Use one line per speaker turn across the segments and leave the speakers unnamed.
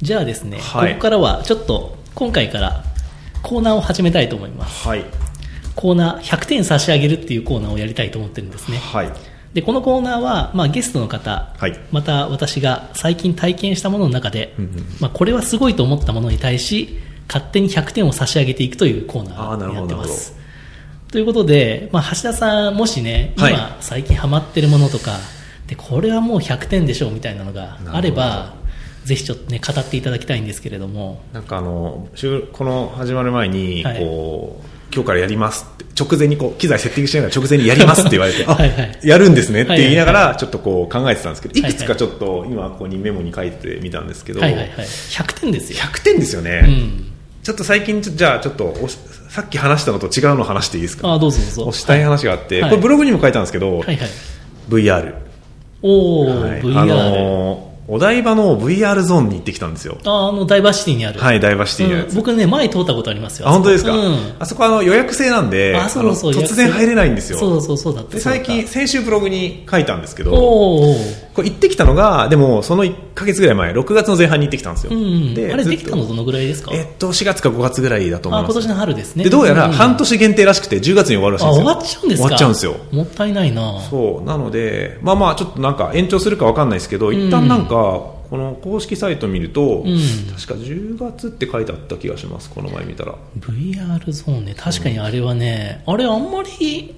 じゃあですね、
はい
ここからはちょっと今回からコーナーを始めたいと思います
はい。
コーナー100点差し上げるっていうコーナーをやりたいと思ってるんですね
はい。
でこのコーナーは、まあ、ゲストの方、
はい
また私が最近体験したものの中で、
うんうん
まあ、これはすごいと思ったものに対し勝手に100点を差し上げていくというコーナ
あー
ー
なる
に
ほ
な
ど
ってますということで、まあ、橋田さんもしね今、
は
最近ハマってるものとかでこれはもう100点でしょうみたいなのがあれ
なる
ばぜひちょっとね語っていただきたいんですけれども
なんかあの、収この始まる前に、
はい
こう、今日からやりますって、直前にこう、機材セッティングしながら直前にやりますって言わ れて、
はいはい
あ、やるんですねって
はいはいはい
言いながら、ちょっとこう考えてたんですけど、い
はい
く
はい
つかちょっと今ここにメモに書いてみたんですけど、
はいはいはい100点ですよ、
100点ですよね。
うん、
ちょっと最近ちょ、じゃあちょっとおし、さっき話したのと違うの話していいですか
あーどうぞどうぞ
おしたい話があって、
はい
これブログにも書いたんですけど、
はいはい
VR。
おお、
はい
VR、
あのーお台場の VR ゾーンに行ってきたんですよ。
ああのダイバーシティにある、
はい、ダイバーシティのやつ。
うん僕ね前通ったことありますよ
あ、本当ですか、
うん、
あそこはあの予約制なんで、
あそうそう
あの突然入れないんですよ。
そうそうそうだった
で最近、
そう
先週ブログに書いたんですけ
だった
ど、
おーおー
これ行ってきたのが、でもその1ヶ月ぐらい前、6月の前半に行ってきたんですよ。
うんうん、あれ
ずっ
で
と
きたのどのぐらいですか
えっと、4月か5月ぐらいだと思い
あ
ま
今
す。
年の春ですね
で、どうやら
ん
半年限定らしくて、10月に終わるらしいん
あ
ですよ。
終わっちゃうんですか
終わっちゃうんですよ。
もったいないな
そうなので、まあまあ、ちょっとなんか延長するかわかんないですけど、一旦なんか、この公式サイト見ると、
うん
確か10月って書いてあった気がします、この前見たら。
VR ゾーンね確かにあれはね、あれあんまり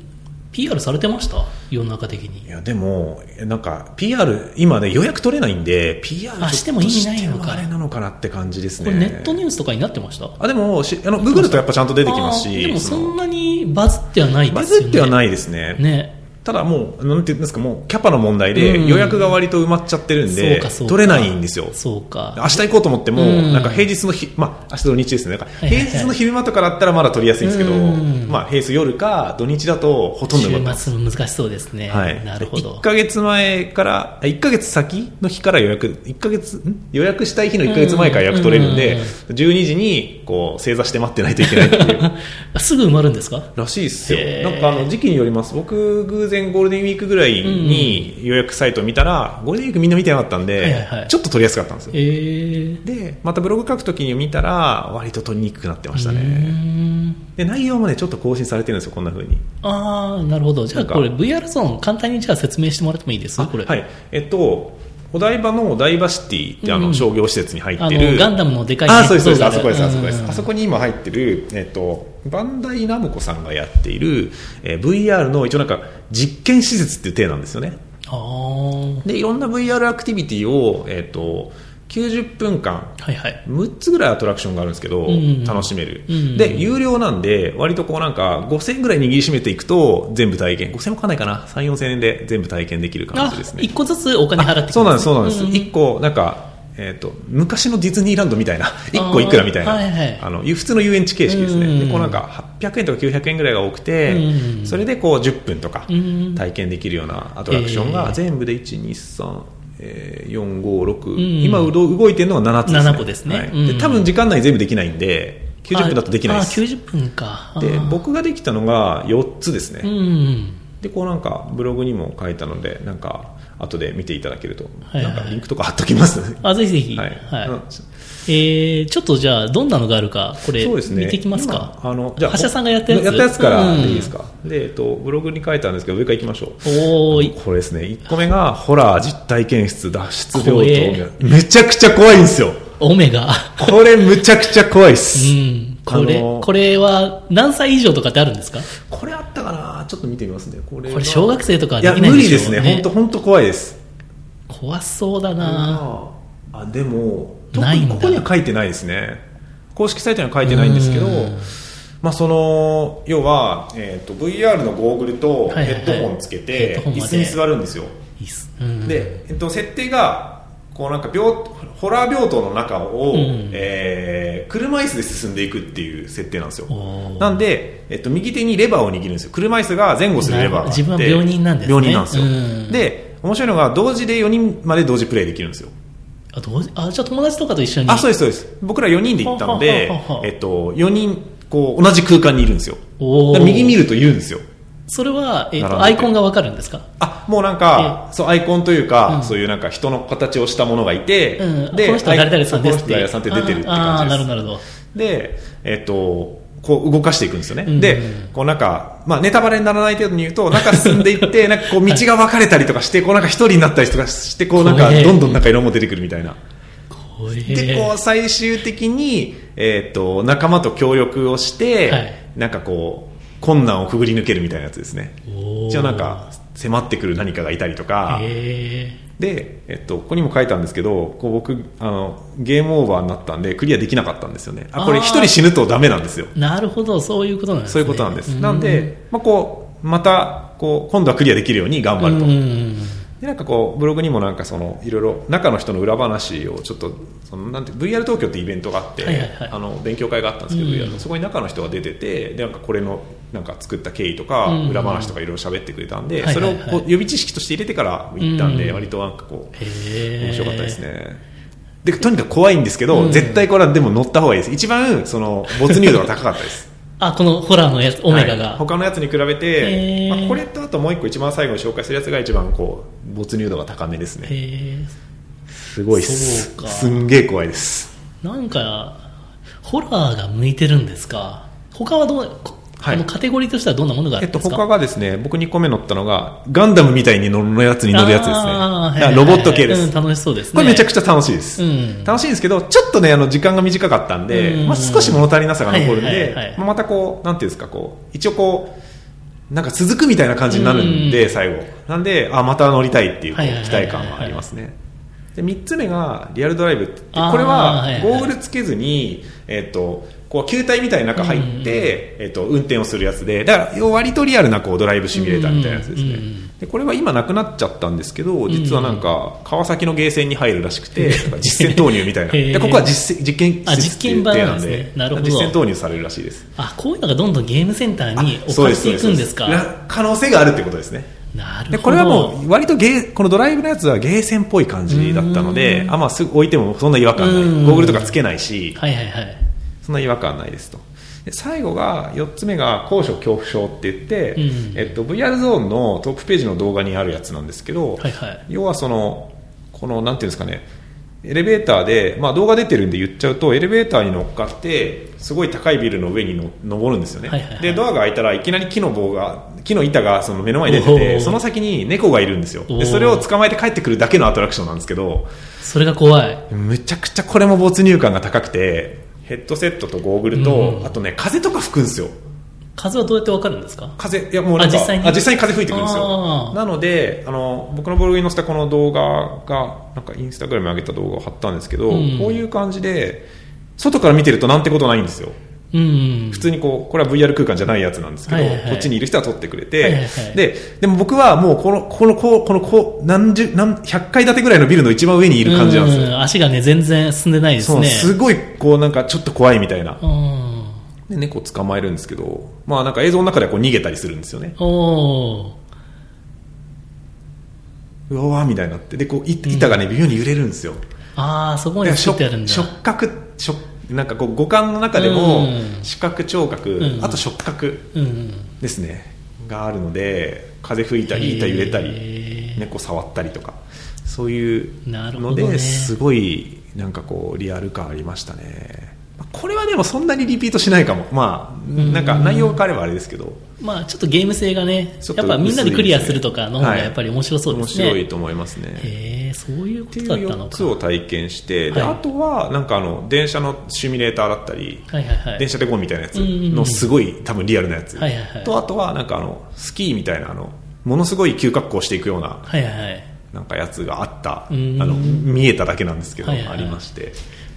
PR されてました世の中的
い
に
や、でも、なんか、PR、今ね、予約取れないんで、PR
あしても意味ないのか
ちょっとしてもあれなのかなって感じです
こ
ね。
れネットニュースとかになってました
あ、でも、しあの、ググるとやっぱちゃんと出てきます
あ
し、
ーでも
そ
そ
の
んなにバズってはないで
バ
すよね
ズってはないいですね。
ね
ただもう、なんていうんですか、もう、キャパの問題で、
うん
予約が割と埋まっちゃってるん
そう
で
かそう、か
取れないんですよ。
そうか
明日行こうと思っても、
うん
なんか平日のひ、まあ、明日土日ですね。なんか
いはいは
平
い
日の昼間とかだったらまだ取りやすいんですけど、
うん
まあ、平日夜か土日だとほとんど埋まって
週末も難しそうですね、
はい。
なるほど
1ヶ月前から、1ヶ月先の日から予約、一ヶ月、ん予約したい日の1ヶ月前から予約取れるん
うん
で
うん、
12時に、こう、正座して待ってないといけないって いう。
あすぐ埋まるんですから
しいっす
へ
よ。
ー
なんかあの時期によります。僕、偶然ゴールデンウィークぐらいに予約サイトを見たら、ゴールデンウィークみんな見てなかったん
はいはい
で
はい、
ちょっと取りやすかったんですよ。
ええ
で、またブログ書くときに見たら、割と取りにくくなってました
うー
ね。
ん
で、内容もね、ちょっと更新されてるんですよ、こんな風に。
ああなるほどじゃあ
なんか
これ VR ゾーン簡単にじゃあ説明してもらってもいいです
あ
かこれ、
はい。えっと、お台場のお台場シティってあ
うんう
の
ん
商業施設に入
あ
ってる。
のガンダムのでかい
あ、そうです、そうです。
ネ
あ
ッ
そ
ト
こ
が
です、あそこです。
うん
あそこに今入ってる、えっと、バンダイナムコさんがやっている、えー VR の一応なんか実験施設っていう体なんですよね。
あ
で、いろんな VR アクティビティを、えっと、90分間
あはいはい
6つぐらいアトラクションがあるんですけど、
うん
楽しめる、
うん
で有料なんで割とこうなんか5000円ぐらい握りしめていくと全部体験5000円もかないかな3 4 0 0円で全部体験できる感
あ
じですね
一個ずつお金払って
そうなんですそうなんです、
一
一個なんかえー、と昔のディズニーランドみ たいな1個いくらみたいな
はいはい
あの普通の遊園地形式ですね、
うん
でこうなんか800円とか900円ぐらいが多くて、
うん
それでこう10分とか
うん
体験できるようなアトラクショ
えー
ンが全部で123えー456、
ん
今うど動いてるのが7つですね
7個ですね
はい
うん
で多分時間内全部できないんで90分だとできないです
ああ90分かあー
で僕ができたのが4つですね、
うん
でこうなんかブログにも書いたのでなんか後で見ていただけると、
はいはい
なんかリンクとか貼っときますね
あぜひぜひ、
は
はいい、
うん
えーちょっとじゃあどんなのがあるかこれ
そうですね
見ていきますか
今あの
橋田さんがやったやつ
やったやつから
うん
でいいですか、で、えっと、ブログに書いたんですけど上からいきましょう
おーい
これですね1個目がホラー実体験室脱出病
怖
棟
え
めちゃくちゃ怖いんですよ
オメガ
これむちゃくちゃ怖いっす、
うん、これ、
あのー
これは何歳以上とかってあるんですか
これあったかなちょっと見てみますねこれは
これ小学生とかはいで
や
きない
無
でし
理
ょ
で
う
すね
ね
本当本当怖いです
怖そうだな
あでも特
ない
に
んだ
ここには書いてないですね公式サイトには書いてないんですけど
うん
まあその要は、えー、と VR のゴーグルと
はいはい
ヘ
はい
ッドホンつけ
ヘッ
て
ドホンま
椅
で
子に座るんですよ、
いいっす、うん、
で、えっと、設定がこうなんか病ホラー病棟の中を、
うん
えー車椅子で進んでいくっていう設定なんですよ
おー
なんで、えっと、右手にレバーを握るんですよ車椅子が前後するレバーがあって
自分は病人なんですね
病人なんですよ、
うん
で面白いのが同時で4人まで同時プレイできるんですよ
あどうしあじゃあ友達とかと一緒に
あそうですそうです僕ら4人で行ったので
ははははは
えっと4人こう同じ空間にいるんですよ
おー
だから右見ると言うんですよ
それは、えー、
並ん
と
でて
アイコンがわかるんですか
あもうなんか、そうアイコンというか、
うん
そういうなんか人の形をしたものがいて、
うん、この人は誰々さんですって。
アイコンこの人は誰々さんって出てるって
あーあー、
感じ
な
で
る
す
ほど、なるほど。
で、えっと、こう動かしていくんですよね。
うん
で、こうなんか、まあネタバレにならない程度に言うと、なんか進んでいって、なんかこう道が分かれたりとかして、こうなんか一人になったりとかして、こうなんか
怖え
どんどんなんか色も出てくるみたいな。
怖え
で、こう最終的に、えっと、仲間と協力をして、
はい
なんかこう、困難をくぐり抜けるみたいなやつですね。
おー
一応なんか、迫ってくる何かがいたりとか、
へえ
で、えっと、ここにも書いたんですけど、こう僕、あの、ゲームオーバーになったんで、クリアできなかったんですよね。あ、これ
あー
一人死ぬとダメなんですよ。
なるほど、そういうことなんですね。
そういうことなんです。なんで、まあ、こう、また、こう、今度はクリアできるように頑
う
張
ん、
ると。
うん
で、なんかこう、ブログにもなんかその、いろいろ、中の人の裏話をちょっと、その、なんて、VR 東京ってイベントがあって、
はいはいはい
あの、勉強会があったんですけど、
うん
VR のそこに中の人が出てて、で、なんかこれの、なんか作った経緯とか、
うん
裏話とかいろいろ喋ってくれたんで、
はいはいはい
それをこう予備知識として入れてから行ったんで、
うん
割となんかこう、
へえ
面白かったですね。で、とにかく怖いんですけど、
うん
絶対これはでも乗った方がいいです。一番、その、没入度が高かったです。
あ、このホラーのやつ、オメガ
はい
が。
他のやつに比べ
へ
て、
ー
まあ、これとあともう一個一番最後に紹介するやつが一番こう没入度が高めですね
へえ
すごいっす
そうか
すんげえ怖いです
なんか、ホラーが向いてるんですか。他はどう、こ
はい
このカテゴリーとしてはどんなものがあ
え
る
っ
ん
と、
ですか、
他がですね、僕2個目乗ったのが、ガンダムみたいに乗るやつに乗るやつですね。だ
あー
からロボット系で
はいはいはいうん
す。
楽しそうですね。
これめちゃく
ち
ちゃ楽しいです。
うん
楽しいんですけど、ちょっとね、あの、時間が短かったんで、
うん
まあ、少し物足りなさが残るん
はいはい
で
はいはい、
まあまたこう、なんていうんですか、こう、一応こう、なんか続くみたいな感じになるんで、
うん
最後。なんで、あ、また乗りたいっていうこ
は
う
いはいはい
期待感はありますね。で、3つ目が、リアルドライブって、
あー
これは
はいはい、
ゴールつけずに、えっと、こう球体みたいな中入って、えっと、運転をするやつでだから要は割とリアルなこうドライブシミュレーターみたいなやつですね、
うんうん
でこれは今なくなっちゃったんですけど実はなんか川崎のゲーセンに入るらしくて、なんか実践投入 みたいな
へー
でここは実践実験
あ
施設っていう
実験版なんです
体
ねなるほど
実践投入されるらしいです
ゃ。あ、こういうのがどんどんゲームセンターに
あ
置
そう
かれ
です
ていくんですか。
そうですら可能性があるってことですね
なるほど。
でこれはもう割とゲーこのドライブのやつはゲーセンっぽい感じだったので
うん
あ、まあ、すぐ置いてもそんな違和感ない
うん
ゴーグルとかつけないし、
はいはいはい。
そんな違和感ないですと。で最後が4つ目が高所恐怖症って言って、
うん
えっと、VR ゾーンのトップページの動画にあるやつなんですけど、
はいはい
要はそのこのなんていうんですかねエレベーターで、まあ、動画出てるんで言っちゃうとエレベーターに乗っかってすごい高いビルの上にの登るんですよね、
はいはいはい
でドアが開いたらいきなり木の棒が木の板がその目の前に出て
お
て
ー
その先に猫がいるんですよ
お
で
ー
それを捕まえて帰ってくるだけのアトラクションなんですけど
それが怖い。
めちゃくちゃこれも没入感が高くてヘッドセットとゴーグルと、
うん
あとね風とか吹くんですよ
風はどうやってわかるんですか
風いやもうなんか
あ実際に
風吹いてくるんです
あ
よ
ー
なのであの僕のブログに載せたこの動画がなんかインスタグラムに上げた動画を貼ったんですけど、
うん
こういう感じで外から見てるとなんてことないんですよ
うん。
普通にこうこれは VR 空間じゃないやつなんですけど、
はいはいはい
こっちにいる人は撮ってくれて、
はいはいはい
ででも僕はもうこのこのこうこのこう何十何100階建てぐらいのビルの一番上にいる感じなんですよ、
う足がね、全然進んでないです
そう
ね。
すごいこうなんかちょっと怖いみたいな
うん。
で猫捕まえるんですけど、まあ、なんか映像の中ではこう逃げたりするんですよね
おー
うわーみたいになってでこうい板がね微妙に揺れるんですよ、
ああ、そこま
だ
で
から
作ってあるんだ。
触覚触なんかこう五感の中でも
うん
視覚聴覚、
うん
あと触覚
うん。
ですねがあるので風吹いたり板揺れたり猫触ったりとかそういう
なるほ
の
ど
で、
ね
すごいなんかこうリアル感ありましたねまあこれはでもそんなにリピートしないかもまあなんか内容が変わればあれですけど、
まあ、ちょっとゲーム性がね
ちょ、っと
やっぱみんなでクリアするとかの方
は
が
い
やっぱり面白そうですね。
面白いと思いますね
へえ、そういうこ
って
と
いう
だったの
4
か。
つを体験して、で
はい
あとはなんかあの電車のシミュレーターだったり、
はいはいはい。
電車でゴンみたいなやつ
うんうんう
の
ん
すごい多分リアルなやつ、
はいはいはい
とあとはなんかあのスキーみたいなあのものすごい急格好していくような
はいはいはい。
なんかやつがあったあ
うん
の見えただけなんですけど、
はいはいはい
ありまして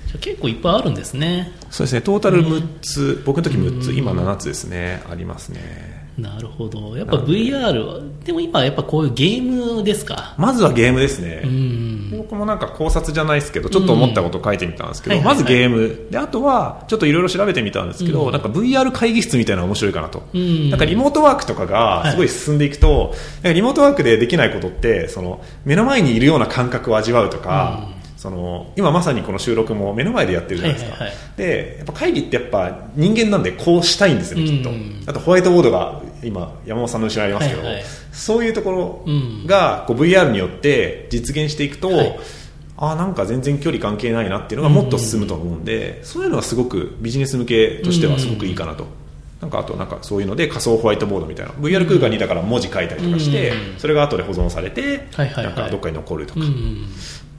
じゃあ結構いっぱいあるんですね。
そうですねトータル6つ僕の時6つ今7つですねありますね
なるほど。やっぱ VR は、でも今はやっぱこういうゲームですか。
まずはゲームですね、
うん。
僕もなんか考察じゃないですけどちょっと思ったことを書いてみたんですけど、
うん
まずゲームであとはちょっといろいろ調べてみたんですけど、
うん
なんか VR 会議室みたいなの面白いかなと、
うん
なんかリモートワークとかがすごい進んでいくと、なんかリモートワークでできないことってその目の前にいるような感覚を味わうとか、その今まさにこの収録も目の前でやってるじゃないですか、
はいはいはい
でやっぱ会議ってやっぱ人間なんでこうしたいんですよねきっと、
うん
あとホワイトボードが今山本さんの後ろにありますけど、
はいはい
そういうとこ
うん
ろがこう VR によって実現していくと、
はい
ああなんか全然距離関係ないなっていうのがもっと進むと思うんで、そういうのはすごくビジネス向けとしてはすごくいいかなと。なんかあとなんかそういうので仮想ホワイトボードみたいな VR 空間にだから文字書いたりとかして、
うん
それが後で保存されて、
はいはいはい
なんかどっかに残るとか
う、ん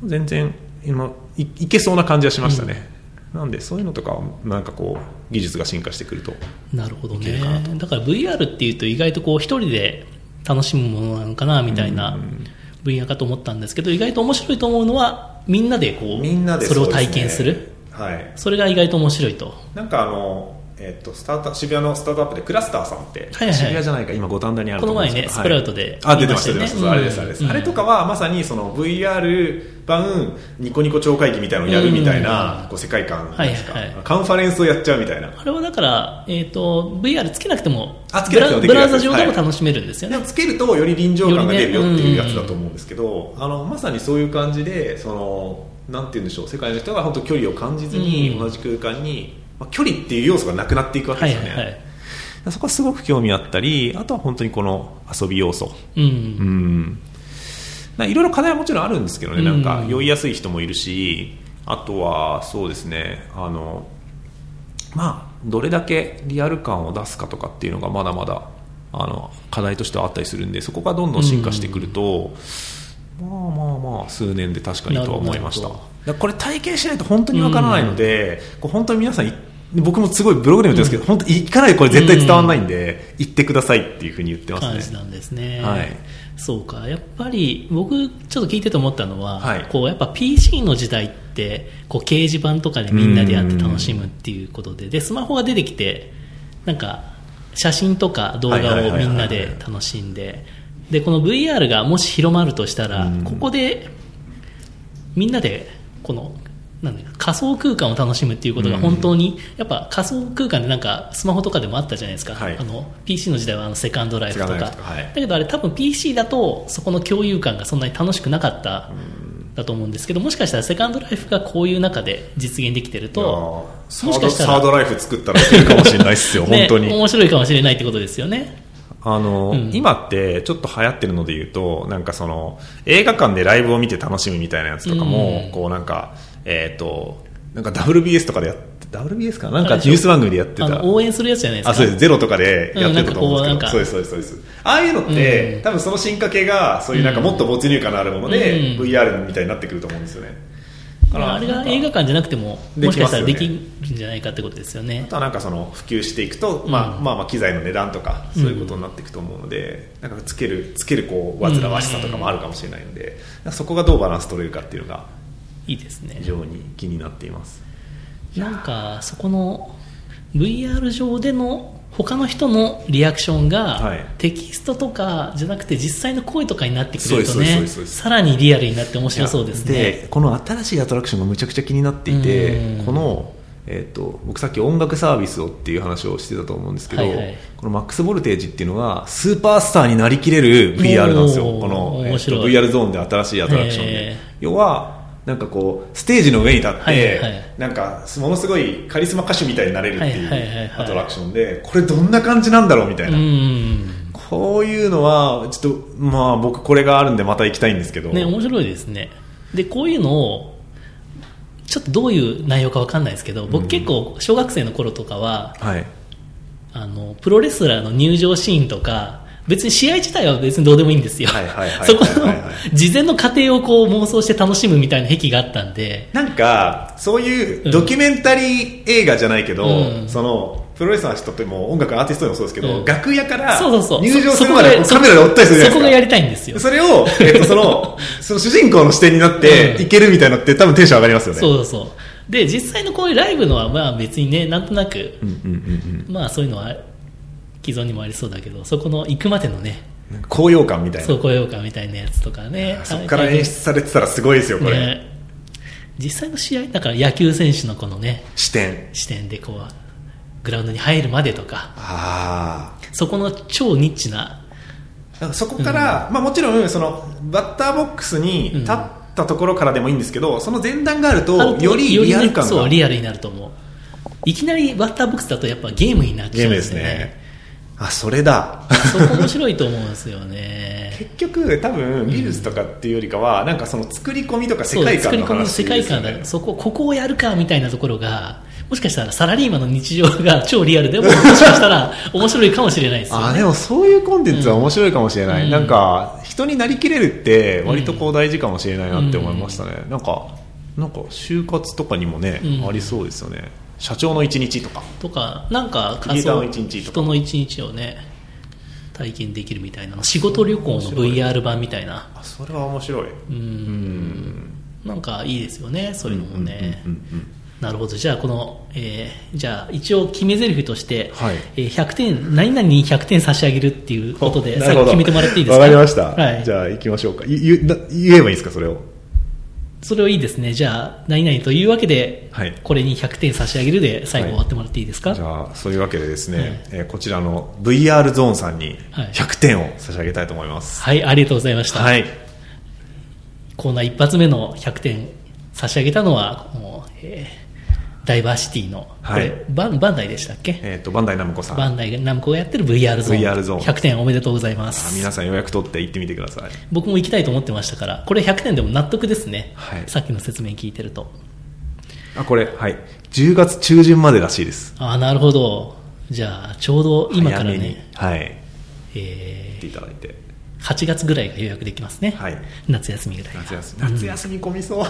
全然今いいけそうな感じはしましたね、なんでそういうのとかはなんかこう技術が進化してくると
なるほど
いけ
ね
るかな
だから VR っていうと意外とこう一人で楽しむものなのかなみたいな
うん
分野かと思ったんですけど意外と面白いと思うのはみんなでこう
みんなで
それを
うですね
体験する
はい
それが意外と面白いと
なんかあのえっと、スタート渋谷のスタートアップでクラスターさんって、
はいはい
渋谷じゃないか今五反田にあると思うんですけど
この前ねスプラウトで
はいあ出
見
て
ま
ま
し
した
よね
た出てました、あれですあれです、
うん
あれとかはまさにその VR 版ニコニコ超会議みたいなのをやるみたいな、
うん
こう世界観ですか、
はいはいはい
カンファレンスをやっちゃうみたいな
あれはだから、えー、と VR つけなくても
あつけなくても
ブラブ
できる
ラ
や
ウ
つ
ザ
です
上でも楽しめるんですよね、
でもつけるとより臨場感が出るよって
より
い
ね
うやつだと思うんですけど、あのまさにそういう感じでそのなんて言うんでしょう世界の人が本当距離を感じず
う
に
ん
同じ空間に、まあ、距離っていう要素がなくなっていくわけ
は
で
い
すよ
は
ね、
いはい、
そこはすごく興味あったりあとは本当にこの遊び要素
う、
うんんないろいろ課題はもちろんあるんですけどね、なんか
うん
酔いやすい人もいるしあとはそうですねあのまあどれだけリアル感を出すかとかっていうのがまだまだあの課題としてはあったりするんでそこがどんどん進化してくると、まあまあまあ数年で確かにとは思いました
な
だ
るほ
からこれ体験しないと本当にわからないので、こう本当に皆さんい僕もすごいブログでも言ってるんですけど、本当行かないとこれ絶対伝わらないんで、行ってくださいっていうふうに言ってますね。
感じなんですね、
はい
そうかやっぱり僕ちょっと聞いてて思ったのは、
はい
こうやっぱ PC の時代ってこう掲示板とかでみんなでやって楽しむっていうことででスマホが出てきてなんか写真とか動
はいは
画
いはい
を
はい
みんなで楽しんででこの VR がもし広まるとしたら
うん
ここでみんなでこのなんだろう仮想空間を楽しむっていうことが本当にやっぱ仮想空間でなんかスマホとかでもあったじゃないですか、
はい
あの PC の時代はあのセカンドライフとか
セカンドライフとかはい
だけどあれ多分 PC だとそこの共有感がそんなに楽しくなかっただと思うんですけどもしかしたらセカンドライフがこういう中で実現できてると
いやー
もしかした
サー
ら、
ドサードライフ作ったらいけるかもしれないっすよ、
ね、
本当に
面白いかもしれないってことですよね
あの、
うん
今ってちょっと流行ってるので言うとなんかその映画館でライブを見て楽しむみたいなやつとかも、
うん
こうなんかえっ、となんか WBS とかでやって WBS かなん
あれ
か
で
ニ
しょ
ュース番組でやって
あ
た
の応援するやつじゃないですか
あそうですゼロとかでやってたと思う
うんな
んですけど、
んかこうなんか
そうですそうですそうですああいうのって、
うん
多分その進化系がそういうなんかもっと没入感のあるもの
う
で、
ん
VR みたいになってくると思うんですよねだから
あれが映画館じゃなくてもも
できますよね
しかしたらできるんじゃないかってことですよね
あとはなんかその普及していくと、
うん
まあ、まあまあ機材の値段とかそういうことになっていくと思うので、なんかつけるつけるこう煩わしさとかもあるかもしれないので、そこがどうバランス取れるかっていうのが
いいですね
非常に気になっています
なんかそこの VR 上での他の人のリアクション
は
が
い
テキストとかじゃなくて実際の声とかになってく
そう
れ
で
る
す
と
そうです
ね
そうですそうです
さらにリアルになって面白そうですね
でこの新しいアトラクションがむちゃくちゃ気になっていて
うん
この、えー、と僕さっき音楽サービスをっていう話をしてたと思うんですけど、
はいはい
このマックスボルテージっていうのがスーパースターになりきれる VR なんですよ
おー
この、え
面
ーと
白い
VR ゾーンで新しいアトラクションで、
へー
要はなんかこうステージの上に立って、
はいはい
なんかものすごいカリスマ歌手みたいになれるってい
はいはいはいは
う
い
アトラクションで、これどんな感じなんだろうみたいな、
うん
こういうのはちょっとまあ僕これがあるんでまた行きたいんですけど、
ね面白いですねでこういうのをちょっとどういう内容かわかんないですけど僕結構小学生の頃とかは
はい
あのプロレスラーの入場シーンとか別に試合自体は別にどうでもいいんですよ
はいはい はい
そこ
はい
の
はいは
事前の過程をこう妄想して楽しむみたいな癖があったんで
なんか、そういうドキュメンタリー映画じゃないけど、
うん
その、プロレスラーの人っても音楽アーティストでもそうですけど、
うん
楽屋から
そうそうそう
入場す
そ
るまでこう
そ
カ
こ
メラで追ったりするじゃ
そこ
な
が
い
や
です
りたいんですよ
か。それを、えっ と、その、その主人公の視点になって、
うん
いけるみたいなのって多分テンション上がりますよね。
そうそうそうで実際のこういうライブのはまあ別にねなんとなく、
うんうんうん
まあそういうのは既存にもありそうだけどそこの行くまでのね
うん。なんか高揚感みたい
そ
な。
う高揚感みたいなやつとかね
そこから演出されてたらすごいですよ、これ。
ね実際の試合だから野球選手のこのね
視点。
視点でこうグラウンドに入るまでとか
ああ。
そこの超ニッチな
だからそこから、まあ、もちろんそのバッターボックスに立ったところからでもいいんですけど、その前段があるとよりリアル感
そう
が
リアルになると思ういきなりバッターボックスだとやっぱゲームになっちゃうん
ゲーム
で
ですす
よね
ねあそれだ
そこ面白いと思うんですよね。
結局多分美術とかっていうよりかは、なんかその作り込みとか世界
そう作
観
り
の
込みの
話
世
で
界
すよ
観
ね
だ、そこ、ここをやるかみたいなところが、もしかしたらサラリーマンの日常が超リアルでも、もしかした ら面白いかもしれないですよね。
あーでもそういうコンテンツは面白いかもしれない、
うん
なんか人になりきれるって割とこう大事かもしれないなって思いましたね、なんかなんか就活とかにもね、
うん
ありそうですよね社長の一日とか
とか、なんか
クリ
仮
エイター
想
の一日とか
人の一日をね、体験できるみたいな、仕事旅行の
面白い
VR 版みたいな、
あそれは面白い
うん
うん
なんかいいですよね、そういうのもね。
うんうんうん
なるほど、じゃあ、この、えーじゃあ、一応決め台詞として、
はい
えー100点、何々に100点差し上げるっていうこと で、
おな
さ
る
っ
ほ
き決
ど
めてもらっていいですか。
わかりました、
はい
じ。ゃあ行きましょうかい言うな言えばいいですかそれを
それをいいですね。じゃあ、何々というわけで、
はい
これに100点差し上げるで、最後
はい
終わってもらっていいですか、
じゃあそういうわけでですね、えーこちらの VR ゾーンさんに
はい
100点を差し上げたいと思います
はい、ありがとうございました。
はい、
コーナー一発目の100点差し上げたのは、もう、えーダイバーシティの、こ
はい
れバンバンダイでしたっけ
えっ、とバンダイナムコさん
バンダイナムコがやってる VR ゾーン。
VR ゾーン
100点おめでとうございま
あ
す。
皆さん予約取って行ってみてください
僕も行きたいと思ってましたから、これ100点でも納得ですね。
はい
さっきの説明聞いてると。
あこれはい10月中旬までらしいです
ああ、なるほど。じゃあ、ちょうど今から
早めに
ね、
はい
え
行っていただいて
ー8月ぐらいが予約できますね。
はい
夏休みぐらいが。
夏休み夏休み混みそう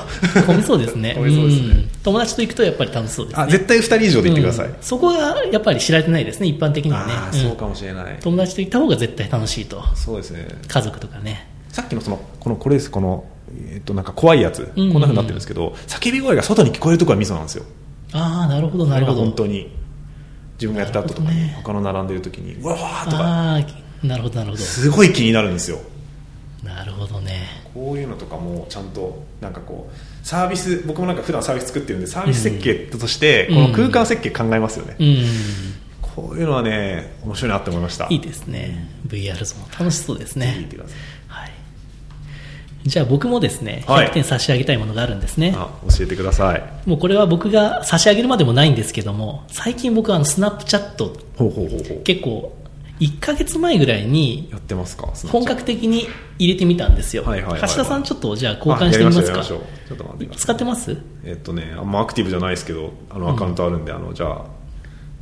混みそうですね。
混みそうですね
ん友達と行くとやっぱり楽しそうですね。
あ絶対2人以上で行ってください、
うんそこがやっぱり知られてないですね、一般的にはね。
ああ
うん
そうかもしれない、
友達と行った方が絶対楽しいと。
そうですね
家族とかね。
さっきのそのこのこれですこのえっとなんか怖いやつ、
うんうん
こんなふうになってるんですけど叫び声が外に聞こえるところがミソなんですよ
ああ、なるほど、なるほ
これが
ど。
本当に自分がやった後とか
なる
に、
ほどね
他の並んでる時にうわーとか
ああ、なるほど、なるほど。
すごい気になるんですよ
なるほどね。
こういうのとかもちゃんとなんかこうサービス僕もなんか普段サービス作ってるんでサービス設計として
う
こ
ん
の空間設計考えますよね、
うん。
こういうのはね面白いなって思いました
いいですね。VR ゾーン、楽しそうです
ぜひ行っ
ね。
てください
はい。じゃあ僕もですね、
はい
100点差し上げたいものがあるんですね。
あ教えてください
もうこれは僕が差し上げるまでもないんですけども、最近僕はあのスナップチャット
ほうほうほうほう
結構1ヶ月前ぐらいに
やってますかスナッチ
本格的に入れてみたんですよ、
はいはいはいはい
橋田さんちょっとじゃあ交換してみます
あやり
か
ましょうやりましょうちょっと待ってください
使ってます
えっとねあんまアクティブじゃないですけどあのアカウントあるんで、あのじゃあ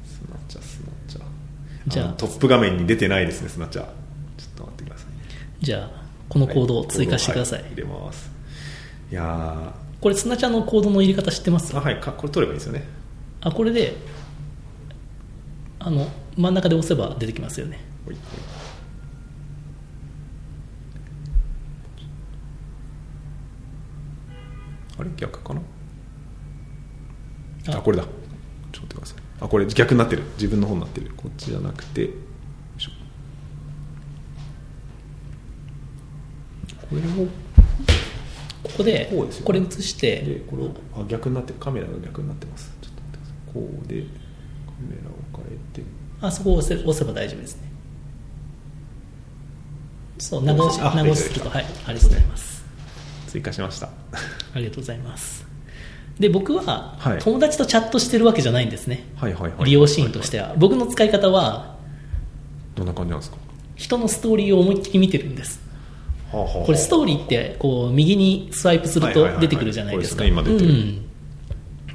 スナッチャスナッチャ
じゃあ
のトップ画面に出てないですねスナッチャちょっと待ってください
じゃあこのコードを追加してください、
はコードをは入れますいやー
これ砂ちゃんのコードの入れ方知ってます
あはいかこれ取ればいいですよね
あこれであの真ん中で押せば出てきますよね
ほいほいあれ逆かなあ
あ
これだちょっと待ってくださいあこれ逆になってる自分の方になってるこっちじゃなくてよいしょこれを
ここで
こうですよね
これ移し
で
て
これをあ逆になってるカメラが逆になってますちょっと待ってくださいこうでカメラを変えて
あそこを押せ押せば大丈夫ですねそう長押し
あ
長押しするとはいありがとうございます
追加しました
ありがとうございます。で、僕は
はい
友達とチャットしてるわけじゃないんですね。
はいはいはい
利用シーンとしては。僕の使い方は、
どんな感じなんですか
人のストーリーを思いっきり見てるんです。
こ
これストーリーって、こう、右にスワイプする
はいはいはい
と
はい
出てくるじゃないですか。
これですね今出てる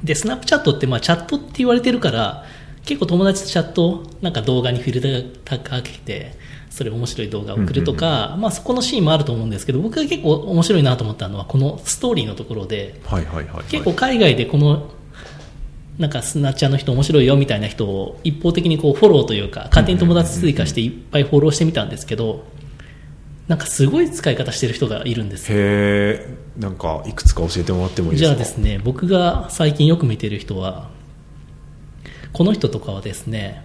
うんで、スナップチャットって、まあ、チャットって言われてるから、結構友達とチャット、なんか動画にフィルターかけて、それ面白い動画を送るとか、まあ、そこのシーンもあると思うんですけど、僕が結構面白いなと思ったのは、このストーリーのところで、
はいはいはいはい
結構海外でこのなんかスナッチャーの人面白いよみたいな人を一方的にこうフォローというか勝手に友達追加していっぱいフォローしてみたんですけどなんかすごい使い方してる人がいるんですよ
へえんかいくつか教えてもらってもいいで
じ
す
ゃあ
か
ですね僕が最近よく見てる人はこの人とかはですね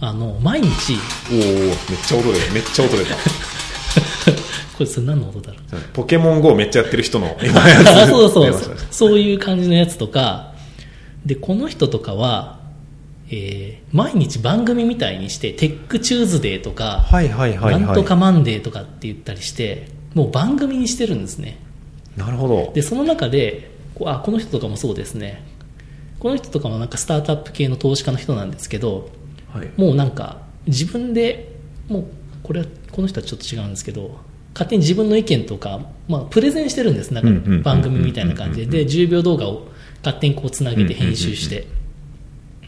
あの毎日
おおめっちゃ音出ためっちゃ音出た
これそれ何の音だろう
ポケモン GO めっちゃやってる人の今や
あ
つ
そうそう
出ま
そ
し
う
たね。
そういう感じのやつとか、で、この人とかは、えー毎日番組みたいにして、テックチューズデーとか、
はいはいはいはい
なんとかマンデーとかって言ったりして、もう番組にしてるんですね。
なるほど
で、その中で、こうあ、この人とかもそうですね。この人とかもなんかスタートアップ系の投資家の人なんですけど、
はい
もうなんか、自分でもうこれはこの人はちょっと違うんですけど勝手に自分の意見とか、まあ、プレゼンしてるんですなん
うんうんうんうんうん
か番組みたいな感じでで10秒動画を勝手にこうつなげて編集して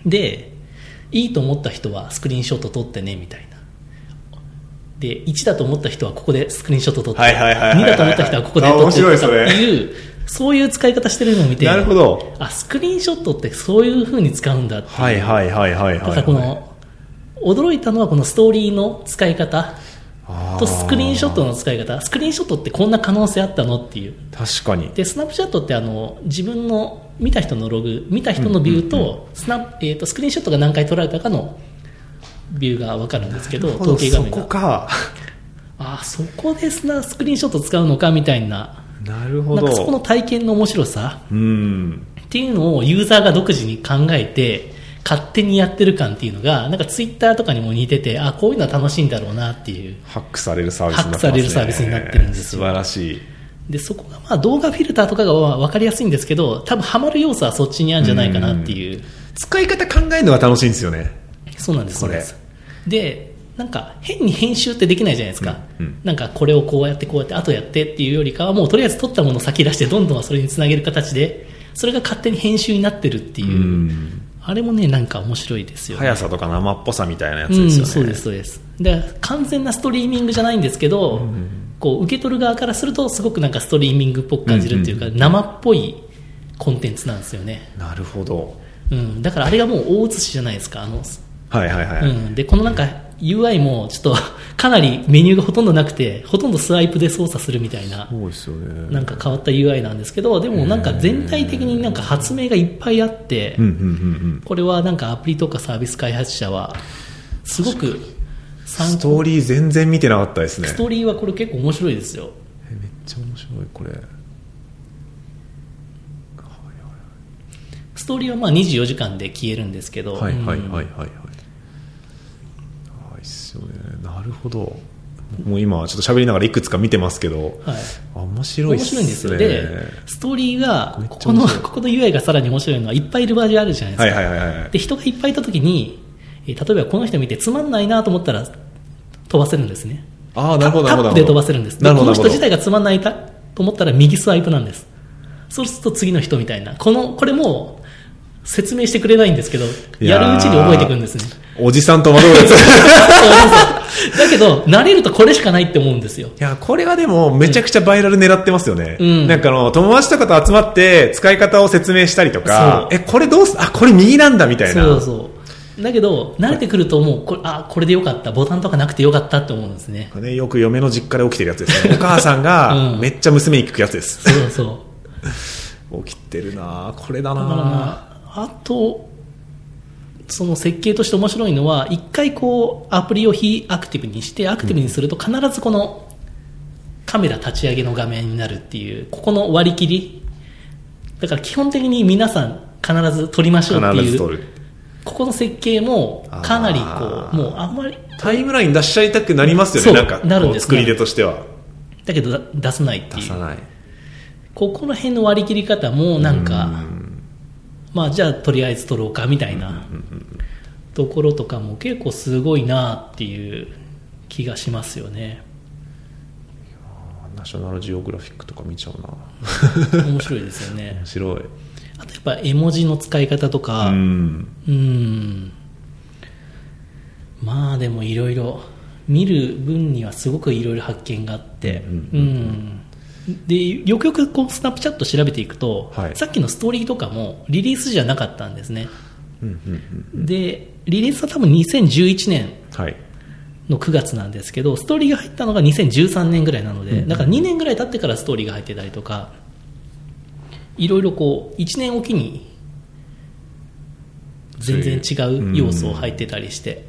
でいいと思った人はスクリーンショット撮ってねみたいなで1だと思った人はここでスクリーンショット撮って
はいはいはいはいはい
2だと思った人はここで
あ
撮
面
って
白い
と
そ
かっ
れ
ていうそういう使い方してるのを見て
なるほど
あスクリーンショットってそういう風に使うんだっていう
はいはいはいはい
た
は
だ
い
この、驚いたのはこのストーリーの使い方とスクリーンショットの使い方、スクリーンショットってこんな可能性あったのっていう。
確かに
で、スナップチャットってあの、自分の見た人のログ、見た人のビューと、スナップえーとスクリーンショットが何回撮られたかのビューがわかるんですけど、統計画
そ
面
こ
が。
か
あ、そこでスナスクリーンショット使うのかみたいな、
なるほ
なん
ど
かそこの体験の面白さ
うん
っていうのをユーザーが独自に考えて勝手にやってる感っていうのがなんかツイッターとかにも似ててあこういうのは楽しいんだろうなっていう
ハックされるサービスに
ハ
なってますね
ックされるサービスになってるんですよ
素晴らしい
でそこがまあ動画フィルターとかが分かりやすいんですけど多分ハマる要素はそっちにあるんじゃないかなっていう
使い方考えるのが楽しいんですよね
そうなんです
これ
そうなんですでなんか変に編集ってできないじゃないですか、
うんうん
なんかこれをこうやってこうやって後やってっていうよりかはもうとりあえず撮ったものを先出してどんどんそれにつなげる形でそれが勝手に編集になってるっていうう、
ん
あれもねなんか面白いですよね
速さとか生っぽさみたいなやつですよね、
うん、そうですそうですで完全なストリーミングじゃないんですけど、こう受け取る側からするとすごくなんかストリーミングっぽく感じるっていうか、
うん
生っぽいコンテンツなんですよね、
なるほど
うん、だからあれがもう大写しじゃないですかあの、
はいはいはい、
うん、でこのなんか UI もちょっとかなりメニューがほとんどなくてほとんどスワイプで操作するみたいな
そうですよね
なんか変わった UI なんですけどでもなんか全体的になんか発明がいっぱいあって、
うんうんうん
これはなんかアプリとかサービス開発者はすごく
うん
参
ス
考
トーリー全然見てなかったですね
ストーリーはこれ結構面白いですよ
えめっちゃ面白いこれ
ストーリーはまあ24時間で消えるんですけど、
はいはい
うん
はいはいはいあいいっすよねなるほどもう今ちょっと喋りながらいくつか見てますけど、
はい
あ面白いっ
面
す
白
ね
いんですよでストーリーが
めっ
こ
ちゃ
こ
面
の
白い
ここの UI がさらに面白いのはいっぱいいるバージョンあるじゃないですか、
はいはいはいはいはい
で人がいっぱいいた時にえー例えばこの人見てつまんないなと思ったら飛ばせるんですね
ああなるほどな
タ
るほ
ッ
ど
プで飛ばせるんですで
なる
こ
ほど
の人
なるほど
自体がつまんないたと思ったら右スワイプなんですそうすると次の人みたいなこのこれもう説明してくれないんですけど
いや
や
ー
るうちに覚えてくるんですね
おじさんと惑うやつい
だけど、慣れるとこれしかないって思うんですよ。
やこれはでもめちゃくちゃバイラル狙ってますよね、
うん
なんかあの友達とかと集まって使い方を説明したりとか
そ
えこれどうすあこれ右なんだみたいな
そうそう。だけど、慣れてくるともう、これ、あ、これでよかった。ボタンとかなくてよかったって思うんですね。
ね、よく嫁の実家で起きてるやつですね。お母さんが
うん
めっちゃ娘に聞くやつです。
そう そう。
起きてるなぁこれだ
だから
なぁ
まあ、あと、その設計として面白いのは、一回こう、アプリを非アクティブにして、アクティブにすると必ずこの、カメラ立ち上げの画面になるっていう、ここの割り切り。だから基本的に皆さん必ず撮りましょうって
必ず
い
撮
う
る。
ここの設計もかなりこ
あー
う、もうあんまり、
タイムライン出しちゃいたくなりますよね、
そう
なんか。
なるん
こう
です
作り手としては。
だけどだ出さないって
出
い
さ
う。
ない。
ここら辺の割り切り方もなんか、まあじゃあとりあえず取ろうかみたいなところとかも結構すごいなっていう気がしますよね。
あナショナルジオグラフィックとか見ちゃ うなぁ
面白いですよね
面。白い。
あとやっぱ絵文字の使い方とか、
う
うん、
ん。
まあでもいろいろ見る分にはすごくいろいろ発見があって、
うん
うんでよくよくこうスナップチャット調べていくと、
はい
さっきのストーリーとかもリリースじゃなかったんですね。
うんうんうん。
で、リリースは多分2011年
はい。
の9月なんですけど、ストーリーが入ったのが2013年ぐらいなので、だから2年ぐらい経ってからストーリーが入ってたりとか、いろいろこう、1年おきに全然違う要素を入ってたりして、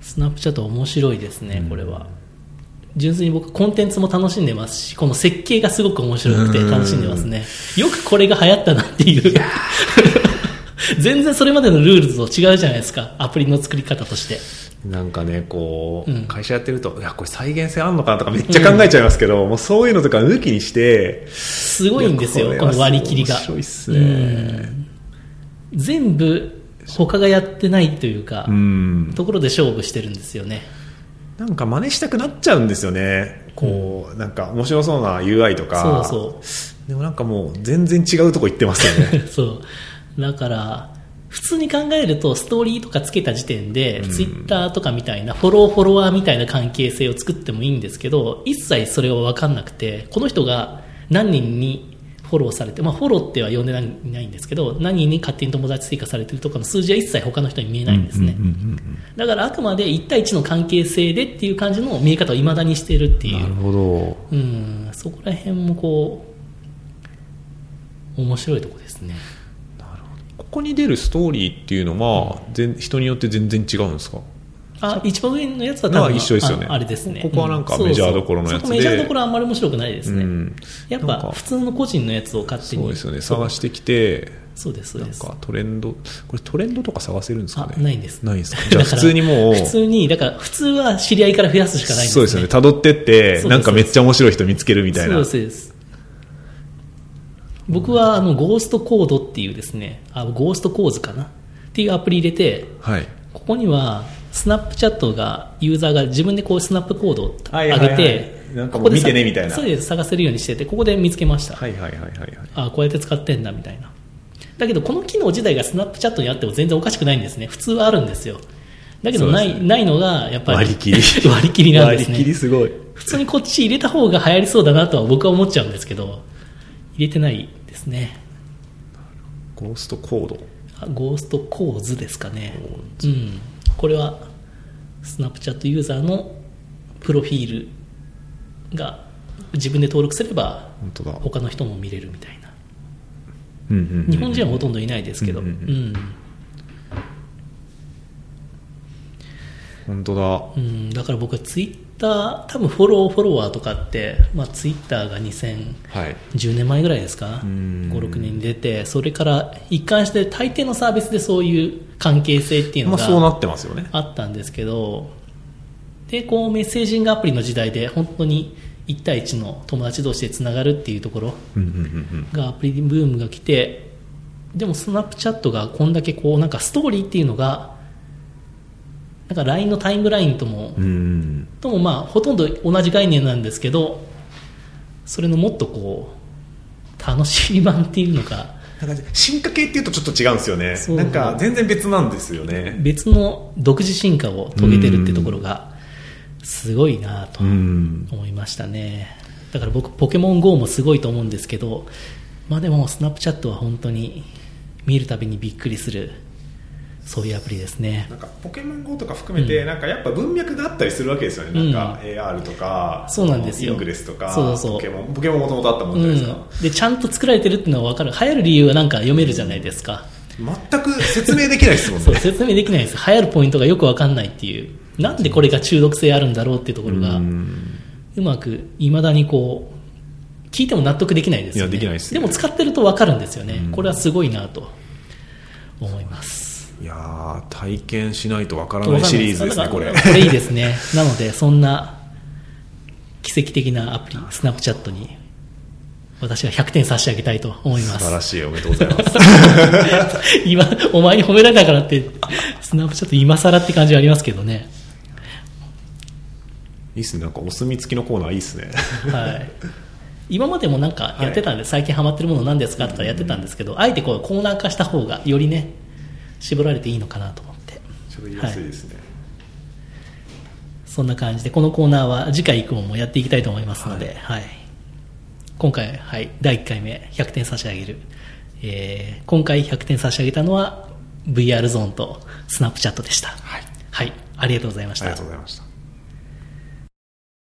スナップチャット面白いですね、これは。純粋に僕、コンテンツも楽しんでますし、この設計がすごく面白くて楽しんでますね。よくこれが流行ったなっていう。 全然それまでのルールと違うじゃないですか、アプリの作り方として。
なんかね、こう、
うん
会社やってると、いや、これ再現性あんのかなとかめっちゃ考えちゃいますけど、もうそういうのとか抜きにして、
すごいんですよ、
いや
この割り切りが。
これはすごい面白いっす
う
ね
ん全部他がやってないというか、
うん
ところで勝負してるんですよね。
なんか真似したくなっちゃうんですよねこう、なんか面白そうな UI とか
そう
でもなんかもう全然違うとこ行ってますよね
そう。だから、普通に考えると、ストーリーとかつけた時点で、ツイッターとかみたいな、フォロー、フォロワーみたいな関係性を作ってもいいんですけど、一切それは分かんなくて、この人が何人にフォローされて、まあ、フォローっては呼んでないないんですけど、何人に勝手に友達追加されてるとかの数字は一切他の人に見え ないんですね。
うんうんうんうん
だから、あくまで1対1の関係性でっていう感じの見え方を未だにしているってい
な
う
る。ほど
うん、そこら辺もこう、面白いとこですね。
ここに出るストーリーっていうのは、全人によって全然違うんですか
あ一番上のやつは多
まあ
分
一緒ですよね
ああれですね
ここはなんかメジャーどころのやつで
そうそうそこメジャーどころはあんまり面白くないですね、
うん
やっ
なんか
ぱ普通の個人のやつを勝手に
そうですよね
そう
探してきて
そうですそう
なん
です
かトレンドこれトレンドとか探せるんですか
あ
ね
ないんです
ないで すか
だ
じゃあ
ら
普通にもう
普通にだから普通は知り合いから増やすしかないんです、ね、
そうですよね辿ってっ
そう
て
です
なんかめっちゃ面白い人見つけるみたいな
そうですそうです僕はあのゴーストコードっていうですねあゴーストコーズかなっていうアプリ入れて
はい
ここにはスナップチャットがユーザーが自分でこうスナップコードを
は
上
い
げ
は
て、
いはいなんかもう
ここでさ
見てねみたいな
そうです探せるようにしててここで見つけました、
はいはいはいはいはい
あこうやって使ってんだみたいなだけどこの機能自体がスナップチャットにあっても全然おかしくないんですね普通はあるんですよだけどな
そう
い,、
です
ないのがやっぱり
割り切り
割り切りなんです
割り切り
ね
すごい
普通にこっち入れた方が流行りそうだなとは僕は思っちゃうんですけど入れてないですね
ゴーストコード
あゴーストコーズですかね、うん、これはスナップチャットユーザーのプロフィールが自分で登録すれば
本当だ
他の人も見れるみたいな
うんうんうん
日本人はほとんどいないですけど、
う
うんん
うん本当だ
うんだから僕はツイッター多分フォローフォロワーとかって、まあ、ツイッターが2010
はい
年前ぐらいですか
ん
56年に出てそれから一貫して大抵のサービスでそういう関係性っていうの
まあ
が、
そうなってますよね
あったんですけどでこうメッセージングアプリの時代で本当に1対1の友達同士でつながるっていうところ
うんうんうんうん
がアプリブームが来てでもスナップチャットがこんだけこうなんかストーリーっていうのがなんか LINE のタイムラインとも
うんうん
ともまあほとんど同じ概念なんですけどそれのもっとこう楽しい版っていうのか
なんか進化系っていうとちょっと違うんですよね
そう
なんか全然別なんですよね
別の独自進化を遂げてるってところがすごいなと
うん
思いましたねだから僕ポケモン GO もすごいと思うんですけどまあでもスナップチャットは本当に見るたびにびっくりするそういうアプリですね
なんかポケモン GO とか含めて、なんかやっぱ文脈があったりするわけですよね、なんか AR とか、
そうなんですよ
イングレスとか、
そうそう
ポケモン、ポケモンもともとあったも
うん
じゃないですか、
ん、でちゃんと作られてるっていうのは分かる流行る理由はなんか読めるじゃないですか
全く説明できないですも ん
そう
ね。
説明できないです流行るポイントがよく分かんないっていうなんでこれが中毒性あるんだろうっていうところが
うん
うまくいまだにこう聞いても納得できないですよね
いやできないですね
でも使ってると分かるんですよね、これはすごいなと思います
いやー、体験しないとわから
わ
な
かん
い
ない
シリーズですね、
だか
こ
ら
れ。
これいいですね。なので、そんな奇跡的なアプリ、スナップチャットに、私は100点差し上げたいと思いま
素晴ら
す。
しい、おめでとうございます。
今、お前に褒められたからって、スナップチャット今更って感じはありますけどね。
いいっすね、なんかお墨付きのコーナーいいっ すね。
はい。今までもなんかやってたんで、最近ハマってるもの何ですかとかやってたんですけど、あえてこうコーナー化した方が、よりね、絞られていいのかなと思って。
ちょうど言いやすいですね。
そんな感じで、このコーナーは次回以降もやっていきたいと思いますので、はい。今回、はい、第1回目、100点差し上げる。えー今回100点差し上げたのは、VR ゾーンとスナップチャットでした。はい。ありがとうございまし
ありが
た
とう。ございました。